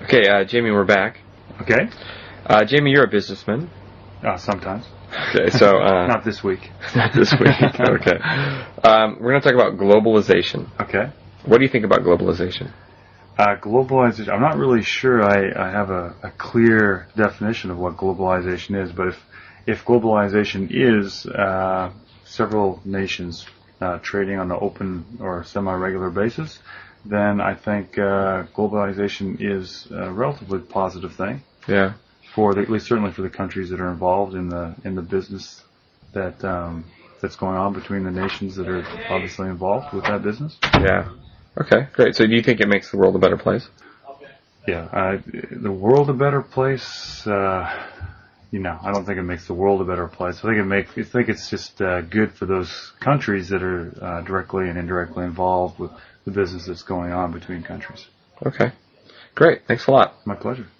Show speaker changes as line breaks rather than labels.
Okay, uh, Jamie, we're back.
Okay.
Uh, Jamie, you're a businessman.
Uh, sometimes.
Okay, so uh,
Not this week.
not this week. Okay, um, we're going to talk about globalization.
Okay.
What do you think about globalization?
Uh, globalization. I'm not really sure I, I have a, a clear definition of what globalization is, but if if globalization is uh, several nations uh, trading on an open or semi-regular basis, then I think uh, globalization is a relatively positive thing
Yeah.
for the, at least certainly for the countries that are involved in the in the business that um, that's going on between the nations that are obviously involved with that business.
Yeah. Okay, great. So do you think it makes the world a better place?
Yeah, uh, the world a better place. Uh, you know, I don't think it makes the world a better place. I think it makes. I think it's just uh, good for those countries that are uh, directly and indirectly involved with the business that's going on between countries.
Okay. Great. Thanks a lot.
My pleasure.